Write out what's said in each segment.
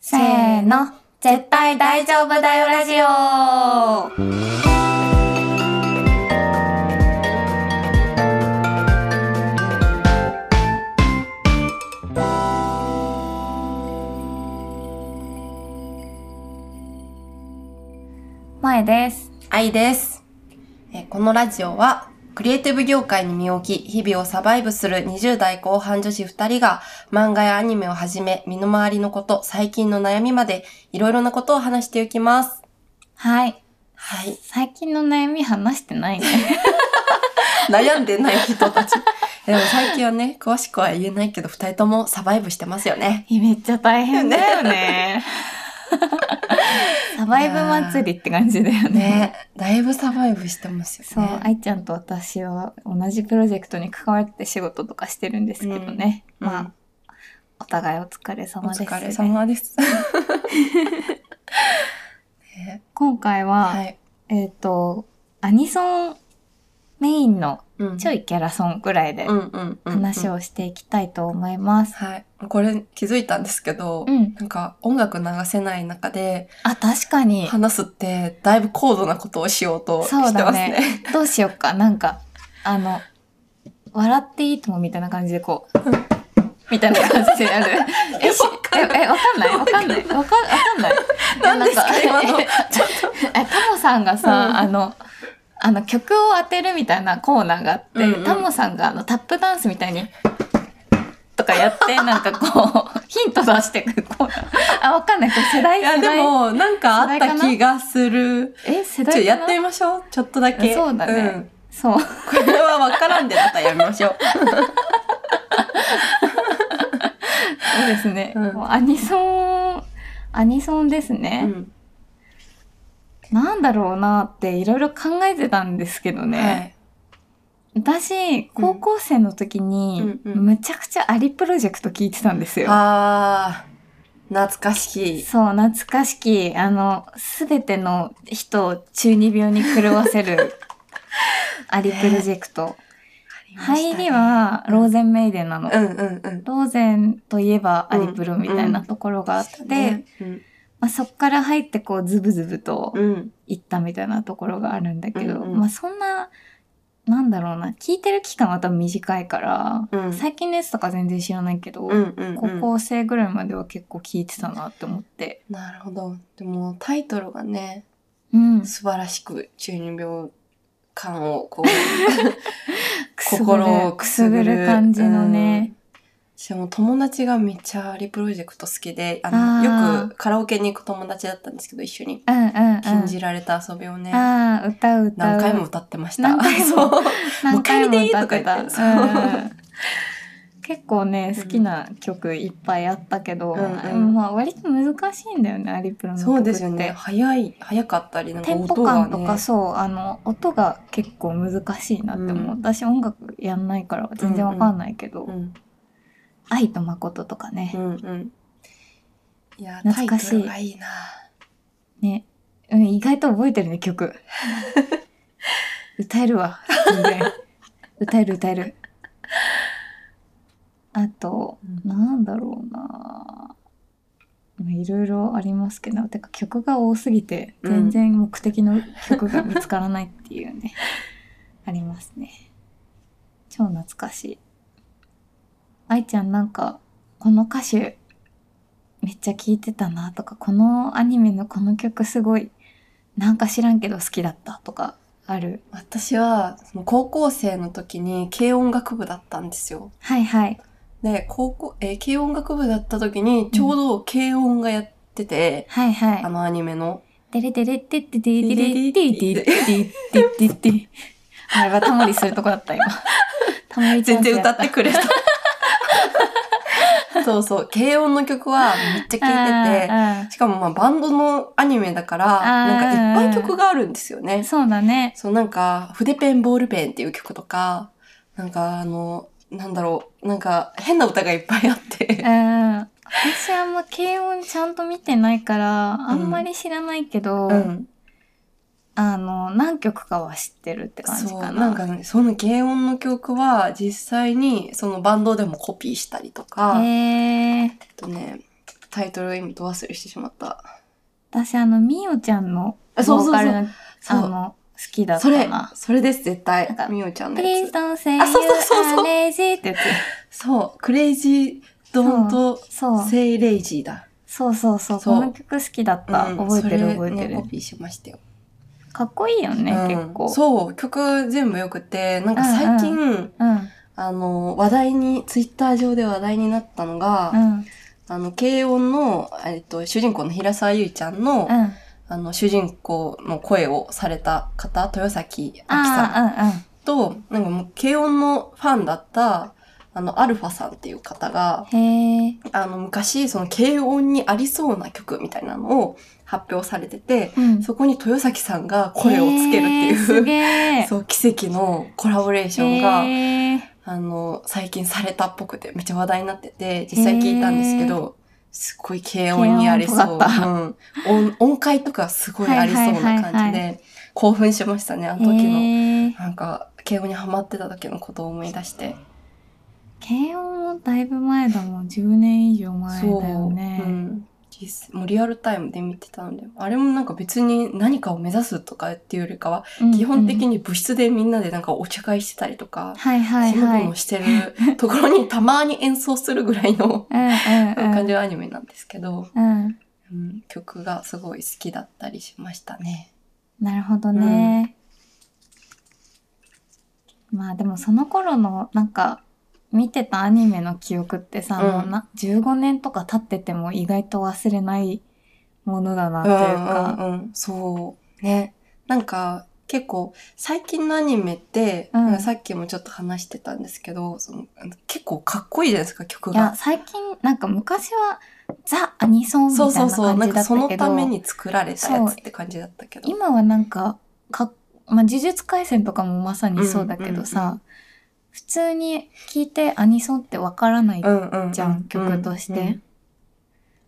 せーの、絶対大丈夫だよラジオ前です。愛です。えーこのラジオは、クリエイティブ業界に身を置き、日々をサバイブする20代後半女子2人が、漫画やアニメをはじめ、身の回りのこと、最近の悩みまで、いろいろなことを話していきます。はい。はい。最近の悩み話してないね。悩んでない人たち。 でも最近はね、詳しくは言えないけど、2人ともサバイブしてますよね。 めっちゃ大変だよね。 サバイブ祭りって感じだよね。ねだいぶサバイブしてますよね。そう、愛ちゃんと私は同じプロジェクトに関わって仕事とかしてるんですけどね。うんまあ、お互いお疲れ様おです、疲れ。様です。ね今回は、はい。えっ、と、アニソンメインのうんちょいキャラソンぐらいでうんうんうんうん話をしていきたいと思います。はい。これ気づいたんですけど、うん。なんか音楽流せない中であ、確かに。話すってだいぶ高度なことをしようとしてそまうすね。だね。どうしようか。なんか、あの、笑っていいともみたいな感じでこう、 みたいな感じでやる。 え、しえ、え、わかんないわかんないわかわかん ない。何ですかえ今の。ええ、タモさんがさ、うんあの、あの曲を当てるみたいなコーナーがあって、うんうんタモさんがあのタップダンスみたいに、 とかやって、なんかこう、ヒント出してくコーナー。 あ、わかんない。これ世代いや、世で代。もなんかあった気がする。え、世ちょっと代やってみみましょう。ちょっとだけ。そうだねんそう。これはわからんでまたやりましょう。そうですね。うんもうアニソン、アニソンですうね。んなんだろうなっていろいろ考えてたんですけどね。私、高校生の時に、うんうんうんむちゃくちゃアリプロジェクト聞いてたんですはい、よ。あー、懐かしい。そう、懐かしき、あの、すべての人を中二病に狂わせ るアリプロジェクト。入りは、ローゼンメイデンなの。うんうんうん。ローゼンといえばアリプロみたいなところがあって、うんまあ、そっから入ってこうズブズブと、うん行ったみたいなところがあるんだけど、うんうんまあそんな、なんだろうな、聞いてる期間は多分短いから、うん最近のやつとか全然知らないけど、うんうんうん高校生ぐらいまでは結構聞いてたなって思って。なるほど。でもタイトルがね、うん。素晴らしく中二病感を こう心をくすぐる感じのね。、うんしかも友達がめっちゃアリプロジェクト好きでああのーよくカラオケに行く友達だったんですけど一緒にうんうんうん。禁じられた遊びをね、ああ、歌う歌う。何回も歌ってました何回もそう もう一回でいい何回も歌ってとたか言ってうん結構ね、好きな曲いっぱいあったけど、うんうんまあ割と難しいんだよね、アリプロの曲そって。うですよね早い早かったりなんかテン音ポが感ねとかそう、あの音が結構難しいなって思う、うん私音楽やんないから全然わかんないけど「うん愛と誠」とかねう、んうんいやタ懐イかしいトルがいいなね、うん、意外と覚えてるね曲 歌えるわ全 然歌える歌えるあと、うんなんだろうなまあいろいろありますけどてか曲が多すぎてう全ん然目的の曲が見つからないっていうね ありますね超懐かしい愛ちゃんなんかこの歌手めっちゃ聴いてたなとかこのアニメのこの曲すごいなんか知らんけど好きだったとかある私はその高校生の時に軽音楽部だったんですよはいはいで、高校、えー軽音楽部だった時に、ちょうど軽音がやってて、はいはあいのアニメの。デレデレってってデレデレってってってってってってあれはタモリするとこだ った今タモリちゃ全んと然やっ歌たってくれた。 そうそう、軽音の曲はめっちゃ聴いてて、あーあしかもまあバンドのアニメだから、あーなんかいっぱい曲があるんですよーね。そうだねそうなんか、筆ペンボールペンっていう曲とか、なんかあの、なんだろう、なんか変な歌がいっぱいあっうて。ん私あんま軽音ちゃんと見てないからあんまり知らないけど、うん。あの何曲かは知ってるって感じかそうななんかね、その軽音の曲は実際にそのバンドでもコピーしたりとか、へええっとね、タイトルを今、ど忘れしてしまった。私、あの、みおちゃんのボあそうそうそうーカルの、そうあの、好きだったそれな、。それです、絶対なんか。みおちゃんの Please やつ。 don't say you あそうそうそうそう are lazy ってやそう、クレイジードンとつ。そう。セイレイジーだ。そうそうそう。そうこの曲好きだった。うん覚えてそるれ覚えてるねコ。ピーしましたよ。かっこいいよね、うん結構。そう、曲全部良くて、なんか最近、うん。あの、話題に、ツイッター上で話題になったのが、うん。あの、軽音の、えっと、主人公の平沢ゆいちゃんうの、ん。あの、主人公の声をされた方、豊崎あきさんああ、と、なんかもう、軽音のファンだった、あの、アルファさんっていう方が、うんうん。へえ。あの、昔、その、軽音にありそうな曲みたいなのを発表されてて、うん。そこに豊崎さんが声をつけるってへーすげいう、え。 そう、奇跡のコラボレーションが、へーあの、最近されたっぽくて、めっちゃ話題になってて、実際聞いたんですけど、すっごい軽音にありそう。軽音っぽかったうん音音階とかすごいありそうはないは感じいはいで、興奮しましたね、あの時の。へーなんか、軽音にハマってた時のことを思い出して。軽音もだいぶ前だもん10年以上前だそう。よね、うん実もうリアルタイムで見てたので、あれもなんか別に何かを目指すとかっていうよりかは、うん基本的うんに部室でみんなでなんかお茶会してたりとか、はいこはいのはいうんのしてるところにたまに演奏するぐらいのそういううんう感んじのアニメなんですけど、うんうん、曲がすごい好きだったりしましたね。なるほどね、まあでもその頃のなんか見てたアニメの記憶ってさ、うんもうな15年とか経ってても意外と忘れないものだなというか、うんうんうん、そう。ね。なんか結構最近のアニメって、うんなんかさっきもちょっと話してたんですけどそのあの結構かっこいいじゃないですか曲いやが。最近なんか昔はザ・アニソンみたそういな感そうじそう。なんだかっそたのけたどめに作られたやつって感じだったけど。今はなんかかっ、まあ、呪術廻戦とかもまさにそうだけどさ、うんうんう普通に聞いてアニソンってわからない、うんうんうんじゃん曲としてうん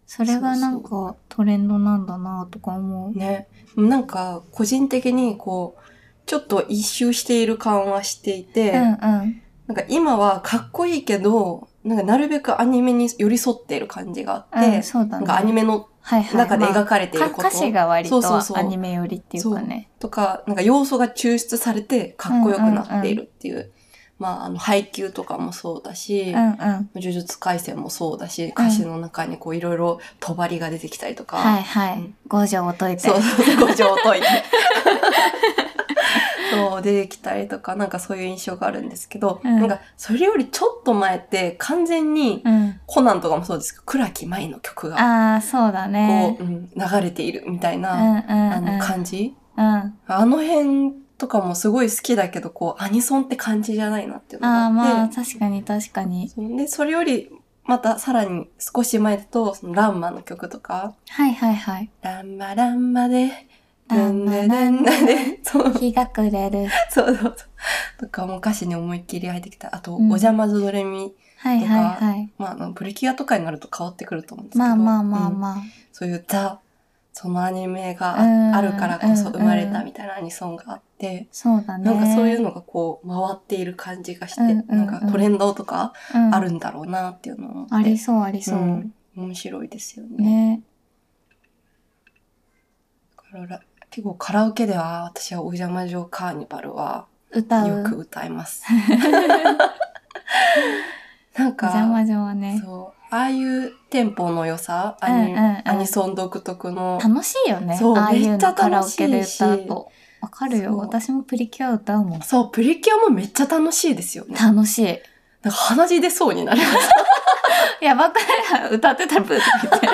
それがなんそうかトレンドなんだなとか思ううん。ね。なんか個人的にこう、ちょっと一周している感はしていて、うんうん。なんか今はかっこいいけど、なんかなるべくアニメに寄り添っている感じがあって、うん、そうだなね。んかアニメのはいはい中で描くかれていること、歌詞が割とそうそうそうアニメ寄りっていうかね。とか、なんか要素が抽出されてかっこよくなっているっていう。まあ、あの、配給とかもそうだし、うんうん。呪術廻戦もそうだし、歌詞の中にこういろいろ帳が出てきたりとか、はいはうんい。五条を解いて。そう、ご情を解いて。 そう、出てきたりとか、なんかそういう印象があるんですけど、うんなんかそれよりちょっと前って完全にうん。コナンとかもそうですけど、倉木舞の曲がああ、そうだこねう、。うん、流れているみたいうんな、うんあうんの。感じ、うん。あの辺とかもすごい好きだけど、こう、アニソンって感じじゃないなっていうのがあああ、って、まあ、確かに確かに。そうで、それより、またさらに少し前だと、そのランマの曲とか、はいはいはい。ランマランマで、ラランンママラランンママで、そう、日が暮れる。そうそうそう。とか、もう歌詞に思いっきり入ってきた。あと、うんお邪魔ぞドレミ。はいはいはい。まあ、あの、ブレキュアとかになると変わってくると思うんですけど。まあまあまあうんまあ。そういうザ、そのアニメうんがあるからこそ生まれうんうたんみたいなアニソンがあって、そうだね。なんかそういうのがこう、回っている感じがして、うんうんうんなんかトレンドとかうんあるんだろうなっていうのを思って。ありそうありそう。うん面白いですよね。ね。だからら結構カラオケでは私はお邪魔状カーニバルは歌よくう。歌 います。お邪なん魔か、女はね。そう、ああいうテンポの良さ、アうニ,、んうんうんアニソン独特の、楽しいよね。そうああいうめっちゃのカラオ楽しいしケで歌うと。わかるよ。そう私もプリキュア歌うもん。そう、プリキュアもめっちゃ楽しいですよね。楽しい。なんか鼻血出そうになりましやばくない歌ってたらブーって言って。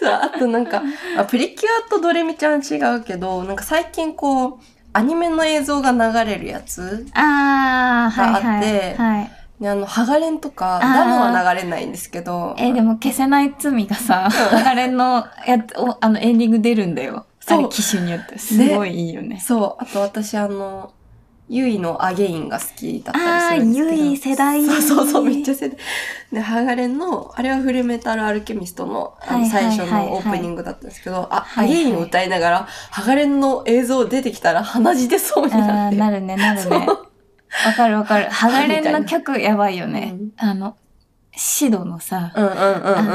た。あとなんか、あプリキュアとドレミちゃん違うけど、なんか最近こう、アニメの映像が流れるやつ、 ああ、はいはあってい。はい。ねあの、ハガレンとか、あーダムは流れないんですけど、えーでも消せない罪がさ、あれのやつおあのエンディング出るんだよ。あそうれ機種によって。すごいいいよね。そう、あと私あの、ユイのアゲインが好きだったあありー、するんですけど。ゆい世代。そうそうそう、めっちゃ世代。で、ハガレンの、あれはフルメタルアルケミストのあはのいはい最はい初のオープニングだったんですけど、あ、はアいはいゲインを歌いながら、ハガレンの映像出てきたら鼻血出そうになあーって。なるねなるねわかるわかるハガレンの曲やばいようねんあのシドのさ、うんうんうん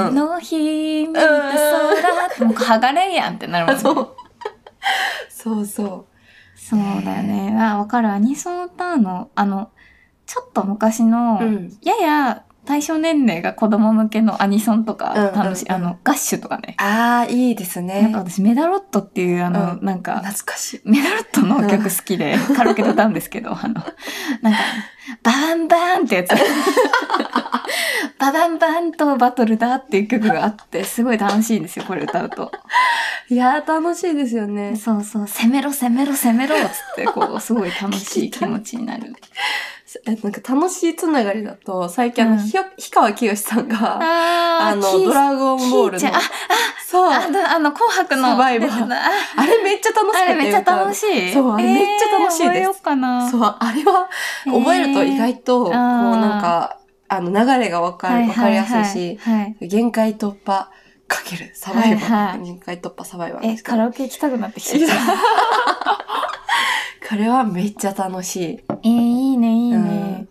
あうん。の日見た空ってもう剥がれんやんってなるもんね。そう。そうそそうだよね。あ、わかる。アニソン歌うの、あの、ちょっと昔の、う。うん。やや対象年齢が子供向けのアニソンとかうんうんうん楽しい、あの、ガッシュとかね。ああ、いいですなんねか。私、メダロットっていう、あの、うんなんか、懐かしい。メダロットの曲好きで、カラオケで歌うんですけど、あの、なんか、バンバンって やつ。ババンバンとバトルだっていう曲があって、すごい楽しいんですよ、これ歌うと。いやー、楽しいですよね。そうそう、攻めろ攻めろ攻めろっつって、 こう、すごい楽しい気持ちになる。えなんか楽しいつながりだと、最近あの、うんひよ氷川きよしさんが、ああの、ドラゴンボールキイちゃのんあ、そう。あの、あの、紅白の。サバイバー出てたああれめっちゃ楽しかっあたれめっちゃ楽ししい。そうあれめっちゃ楽しいですえー覚えようかな。そう、あれは覚えると意と外と、こうあーなんか、あの、流れがわかる、わかりやすいし、はいはいはい限界突破かけるサバイバー、はいはい限界突破サバイバーえ、カラオケ行きたくなってき ちゃった。これはめっちゃ楽しい。えー、いいね、いいうんね。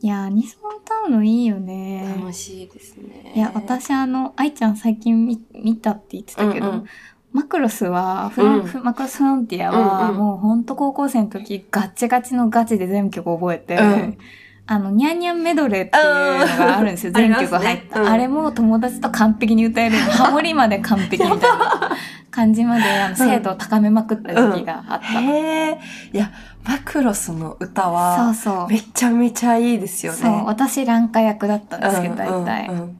いや、アニソン歌うのいいよね楽。しいですね。いや、私あの、愛ちゃん最近見見たって言ってたけうんうんど、マクロスは、フロンうんフマクロスフロンティアは、うんうんもうほんと高校生の時、ガチガチのガチで全部曲覚えてうん、あの、ニャンニャンメドレーっていうのがあるんですよ。うん全曲入っ ありますねうんた。あれも友達と完璧に歌える。ハモリまで完璧みたいな感じまで、あの、精度を高めまくった時期があった。へえ。いや、マクロスの歌そうは、そう。めちゃめちゃいいですよね。そう、私ランカ役だったんですけど、うん大体。うんうん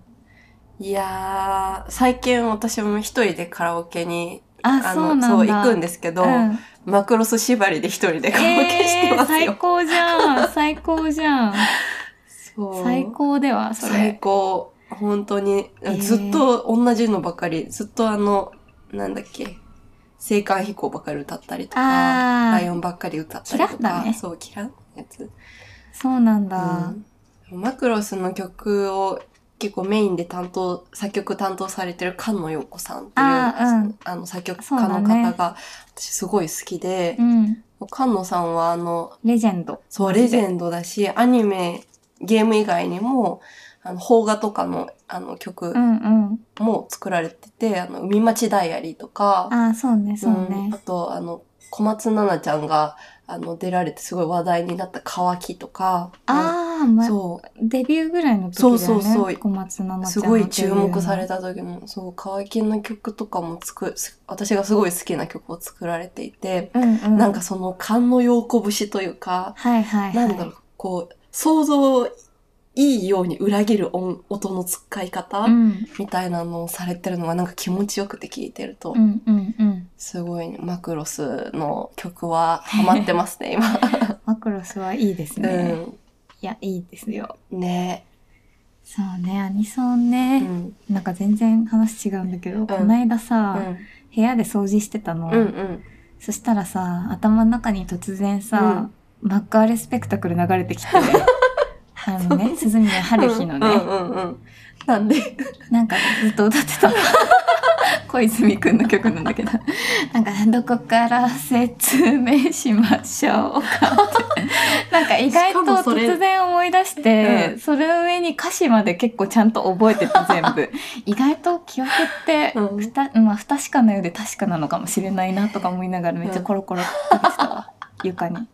いやー、最近私も一人でカラオケに、あ、そうなんだ。そう、行くんですけど、うんマクロス縛りで一人でカラオケしてえーます 最よ。高じゃん。最高じゃん。そう最高では、そ最れ。高。本当に、ーずっと同じのばかり、ずっとあの、なんだっけ、青函飛行ばっかり歌ったりとか、あーライオンばっかり歌ったりとキラか、だねそう、キラのやつ。そうなんうだ。んマクロスの曲を結構メインで担当、作曲担当されてる菅野陽子さんっていう、あーうんあの作曲家の方が、私すごい好きでう、ん。菅野さんはあの、レジェンド。そう、レジェンドだし、アニメ、ゲーム以外にも、あの、邦画とかの、あの、曲うんうん。も作られてて、あの、海町ダイアリーとか、あー、そうね、そうねんあ。と、あの、小松菜奈ちゃんが、あの、出られてすごい話題になった乾きとか、あー、ま、そう、デビューぐらいの時だよね。そうそうそう小松菜奈ちすゃんごい注目された。た時の、そう、乾きの曲とかも作、す私がすごい好きな曲を作られていて、うんうん。なんか、その、勘の陽子節というか、はいはいはい。なんだろう、こう、想像をいいように裏切る音音の使い方うん。みたいなのをされてるのがなんか気持ちよくて聴いてるとう、んうんうん。すごいねマクロスの曲はハマってます ね、今。マクロスはいいですね。いや、いいですよ。うん。ねそうね、アニソンね。うん。なんか全然話違うんだけど、こないだうさ、ん。部屋で掃除してたの、うんうん。そしたらさ頭の中に突然さ、マックアレスペクタクル流れて きてあのね鈴宮春日のね、うんうんうん。なんでなんかずっと歌ってた小泉くんの曲なんだけどなんか「どこから説明しましょうか」ってなんか意外しかもとそれ突然思い出してうんそれの上に歌詞まで結構ちゃんと覚えてて全部意外と記憶ってうんふた、まあ、不確かなようで確かなのかもしれないなとか思いながらめっちゃコロコロかけてたわ、床に。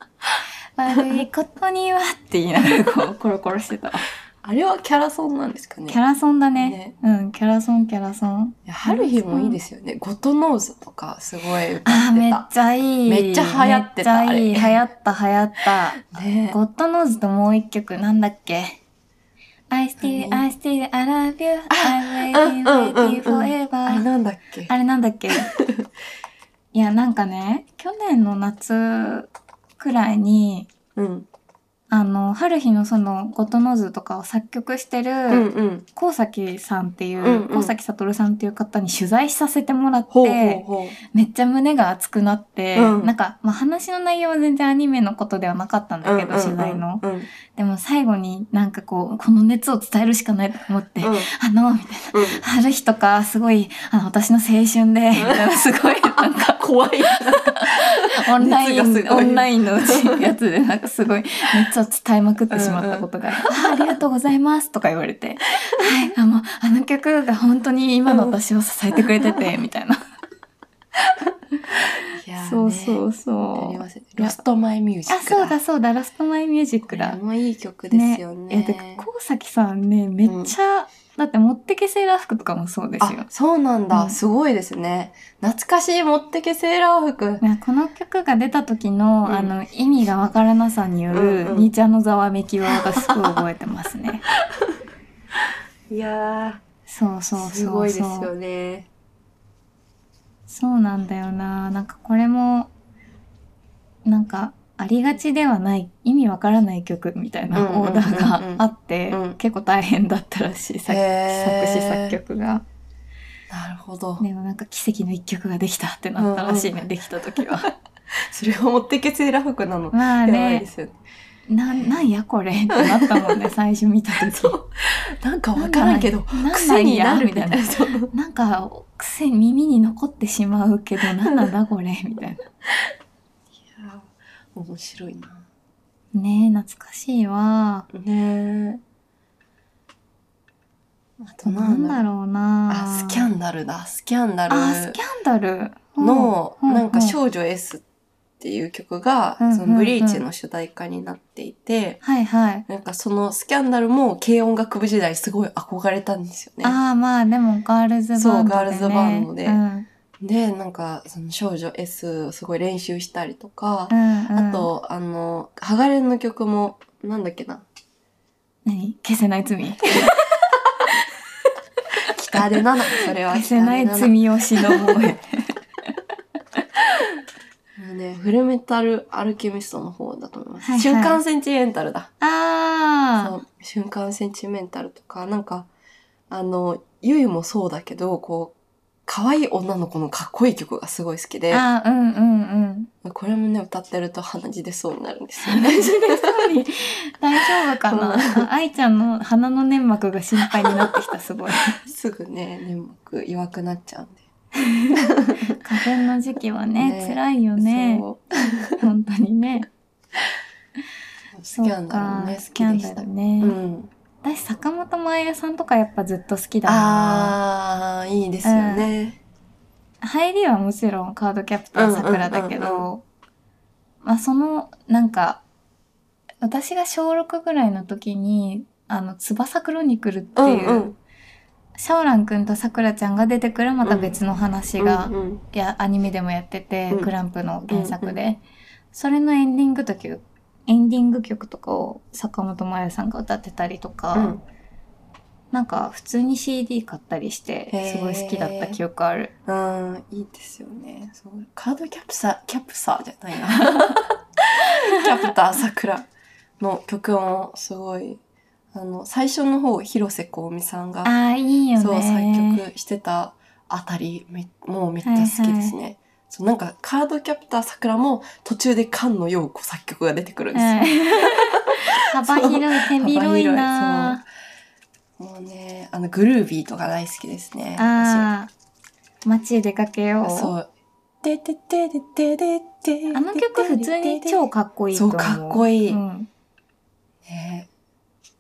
悪いことにはって言いながらこうコロコロしてたわあれはキャラソンなんですかねキャラソンだねねうんキャラソンキャラソンいや春日もいいですよね。ゴトノーズとかすごい歌あーって。めったちゃいい。めっちゃ流行ってためっちゃいい。流行った流行った。ねゴッドノーズともう一曲なんだっけ ?I still, 何 I still, I love you, うん I'm うんうん waiting, waiting あれ forever. なんだっけあれなんだっ けいや、なんかね、去年の夏くらいに、うん。あの、春日のその、ゴッドノーズとかを作曲してうんる、うん。高崎さんっていう、うんうん高崎悟さんっていう方に取材させてもらって、ほうほうほう。めっちゃ胸が熱くなって、うんなんか、まあ、話の内容は全然アニメのことではなかったんだけど、取材の。うんうんでも最後になんかこう、この熱を伝えるしかないと思って、うんあの、みたいな。うん春日とか、すごい、あの、私の青春で、みたいな、すごい、なんか、怖い。オンライ熱がすン、ごオいンラインのうちやつで、なんかすごい、めっちそう伝えまくってしまったことが、あありがとうございますとか言われて、はい、あの、あの曲が本当に今の私を支えてくれてて、みたいな。いやーねそうそうやそりう。ませんラストマイミュージあ、ックだ。そうだそうだ、ラストマイミュージッこクれだ。もいい曲ですよいや、ね。てか、こうさきさんね、めっちゃ、だって、持ってけセーラー服とかもそうですよあ、。そうなんだ、うんすごいですね。懐かしい持ってけセーラー服。まあこの曲が出た時の、うんあの意味がわからなさによる、うんうん兄ちゃんのざわめきは私すごい覚えてますね。 いやそうそうそうそう。すごいですよね。そうなんだよな。なんかこれも、なんかありがちではない、意味わからない曲みたいなうんうんうんうオんーダーがあって、うん結構大変だったらしい、作へー作詞作曲が。なるほど。でもなんか奇跡の一曲ができたってなったらしいね、うんうんできた時 は。それを持ってけセーラー服なの。まあやばいでね、すよね。な、なんやこれってなったもん ね、最初見た時。なんかわからんけど、なんなん癖になるみたいなな。んそうなんか癖耳に残ってしまうけどなんなんだこれみたい面白いな。 なねえ懐かしいわねあとななんんだだろう。ろうなあ、スキャンダルだ。スキャンダルあスキャンダルの、うんなんかうん少女 S っていう曲が、うんそのブリーチの主題歌になっていて、はいはいなんかそのスキャンダルも軽音楽部時代すごい憧れたんですよね。ああまあでもガールズバンドで、ね、そうガールズバンドでうんうんで、なんかその少女 S をすごい練習したりとか、うん、あと、あの、ハガレンの曲も、なんだっけな、何消せない罪北 で七それは消北せでない七罪をしのもえね、フルメタルアルケミストの方だと思います。はいはい瞬間センチメンタルだ。そあう瞬間センチメンタルとか、なんか、あの、ゆいもそうだけど、こう、可愛い女の子のかっこいい曲がすごい好きーで、あーうんうんうんこれもね、歌ってると鼻血出そうになるんです よ大ね。事ですのに大丈夫かそなあ愛ちゃんの鼻の粘膜が心配になってきたす ごいすぐね、粘膜弱くなっちゃうんで。花粉の時期はねね辛いよねそう本当にねスキャンダルもね、そう好かスキきャンでダしたル。ね、うん。私坂本真綾さんとかやっぱずっと好きだなあー、いいですよね。入りはもちろんカードキャプターさくらだけど、うんうんうまあそのなんか私が小6ぐらいの時にあの翼クロニクルっていう、うんうんシャオランくんとさくらちゃんが出てくるまた別の話が、うんうんいやアニメでもやってて、うんクランプの原作で、うんそれのエンディング曲エンディング曲とかを坂本真綾さんが歌ってたりとか、うんなんか普通に CD 買ったりしてへーすごい好きだった記憶あるうん、いいですよね。そうカードキャプサー、キャプサーじゃないな。キャプター桜の曲もすごい、あの、最初の方、広瀬香美さんが、あーいいよねそう、作曲してたあたり、めもうめっちゃ好きですね。そうなんか、カードキャプター桜も途中で菅野陽子作曲が出てくるんですよ。はい 幅広い手広いなもうね、あの、グルービーとか大好きですね。あー街へ出かけよう私そう。てててててててあの曲普通に超かっこいいと思うそうかっこいいうん、ね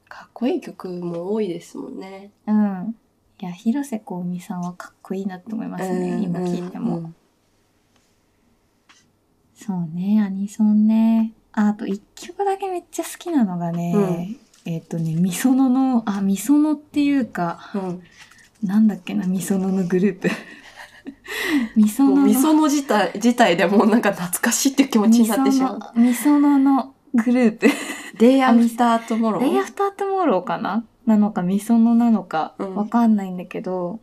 かっこいい曲も多いですもんね。うんいや広瀬香美さんはかっこいいなって思いますね、うん今聞いても、うんそうね、アニソンね。ああと一曲だけめっちゃ好きなのがね、えっ、とね、ミソノの、あ、ミソノっていうか、うんなんだっけな、ミソノのグループ。ミソもうノの、みその自体自体でもうなんか懐かしいっていう気持ちになってしまう。ミソノのグループ。 Day After Tomorrow。レイアフタートゥモローかななのか、ミソノなのか、うんわかんないんだけど、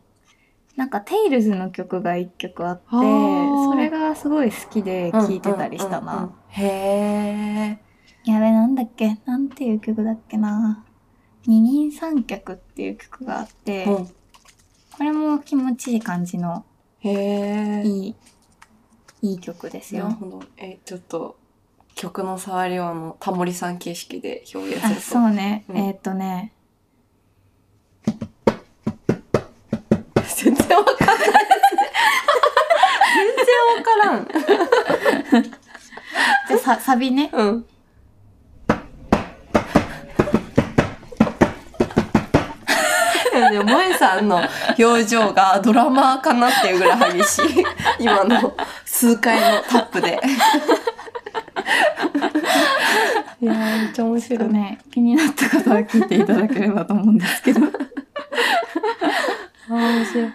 なんか、テイルズの曲が一曲あって、あーそれがすごい好きで聴いてたりしたな。うんうんうんうん。へやべ、なんだっけなんていう曲だっけな二人三脚っていう曲があって、え。うんこれも気持ちいい感じのへえ。いい、いい曲ですなるよ。ほど。え、ちょっと曲の触りをあのタモリさん形式で表現あ、すそるうね。うんえーっとね、と 全然わかんないですね。全然わかじゃあさサビね。らん。うん。よね。萌えさんの表情がドラマーかなっていうぐらい激しい。今の数回のタップで。いやー、めっちゃ面ちょっとね、気になった方は聞いていただければと思うんですけど。あー面白い。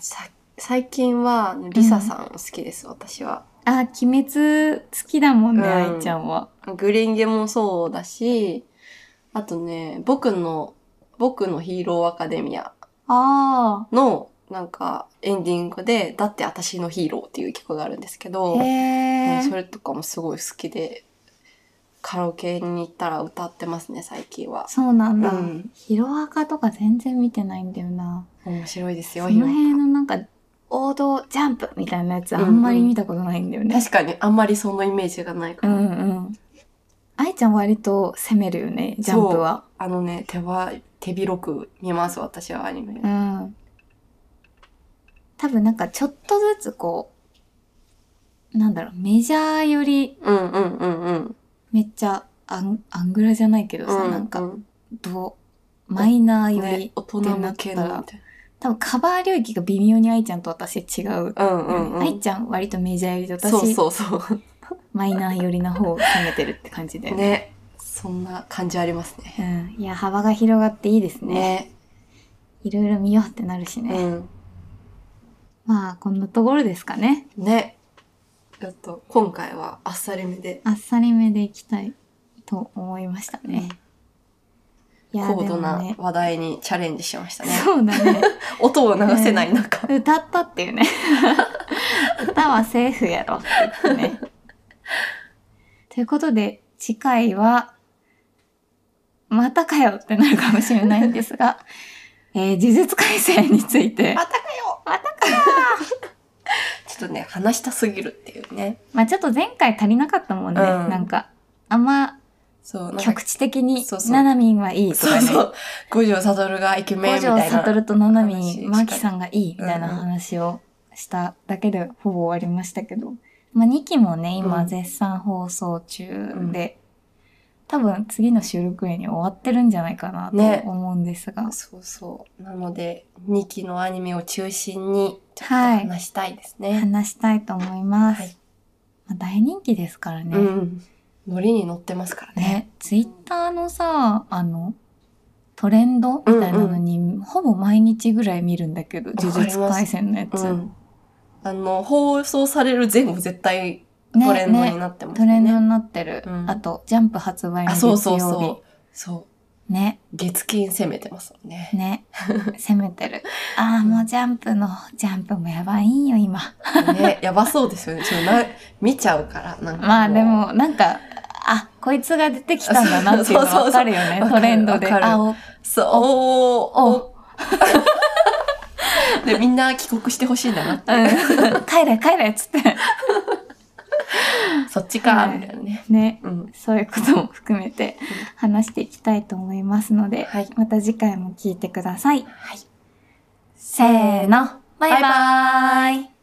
さ最近は、リサさん好きです、私は。あ、鬼滅好きだもんね、うん愛ちゃんは。グレンゲもそうだし、あとね、僕の、僕のヒーローアカデミアあの、なんか、エンディングで、だって私のヒーローっていう曲があるんですけあ。ど、へねえ。それとかもすごい好きで、カラオケに行ったら歌ってますね、最近は。そうなんだ。うんヒロアカとか全然見てないんだよな。面白いですそよ、のヒロアカ辺のなんか、王道ジャンプみたいなやつあんまり見たことないんだよね。確かに、あんまりそのイメージがないかうら。んうん。愛ちゃん割と攻めるよね、ジャンプは。あのね、手は、手広く見ます、私はアニメ。うん。多分なんかちょっとずつこう、なんだろう、メジャーよりうんうんうんうん。めっちゃアンアングラじゃないけどさ、うなんかうどう、マイナーより、ね、大人向けのみたいな。多分カバー領域が微妙に愛ちゃんと私違うよね。うんうんうん。愛ちゃん割とメジャーよりで私そうそうそう。マイナー寄りの方を攻めてるって感じだよね。ね。そんな感じありますね。うん。いや、幅が広がっていいですね。ね。いろいろ見ようってなるしうね。ん。まあ、こんなところですかね。ね。ちょっと、今回はあっさりめで。あっさりめでいきたいと思いましたね。いや高で度もなね、話題にチャレンジしましたね。そうだね。音を流せない中。歌ったっていうね。 歌はセーフやろって言ってね。ということで、次回は、またかよってなるかもしれないんです が、えー、呪術改正について、たかよまたかよちょっとね、話したすぎるっていうね。まあちょっと前回足りなかったもんね。うんなんか、あんまそう、なん局か、地的にそう、そうななみんはいいとそうかね。そう。五条悟がイケメン五みたい条な。悟と七話し海、たマキさんがいいみたいなうんうん話をしただけでほぼ終わりましたけど、まあ、2期もね、う今ん絶賛放送中で、多分次の収録日に終わってるんじゃないかなとね思うんですが、そうそう。なので、2期のアニメを中心に、ちょっとはい話したいですね。話したいと思います。はいまあ、大人気ですからね。うん。ノリに乗ってますからね。ね、ツイッターのさ、あの、トレンドみたいなのに、ほぼ毎日ぐらい見るんだけど、かり呪ます術廻戦のやつ。うん。あの、放送される前後絶対ねトレンドねになってますトよレね。ンドになってる。うんあと、ジャンプ発売のあ、月曜そ日。うそうそう。そう。ね、月金攻めてますもんね。ね。 攻めてる。ああ、もうジャンプの、ジャンプもやばいんよ、今。ね、やばそうですよね。ちょっとな、見ちゃうから、なんか。まあで、も、なんか、あ、こいつが出てきたんだなっていうのそうそうそうわかるよねわ、かトるレンドで。わかるあ、お、そう、おーおおーで、みんな帰国してほしいんだなって。うん、 帰れ帰れっつって。そっちか、はいみたいなね。ね。うん。そういうことも含めて話していきたいと思いますので、はいまた次回も聞いてください。はい。せーの、バイババイバーイ。イ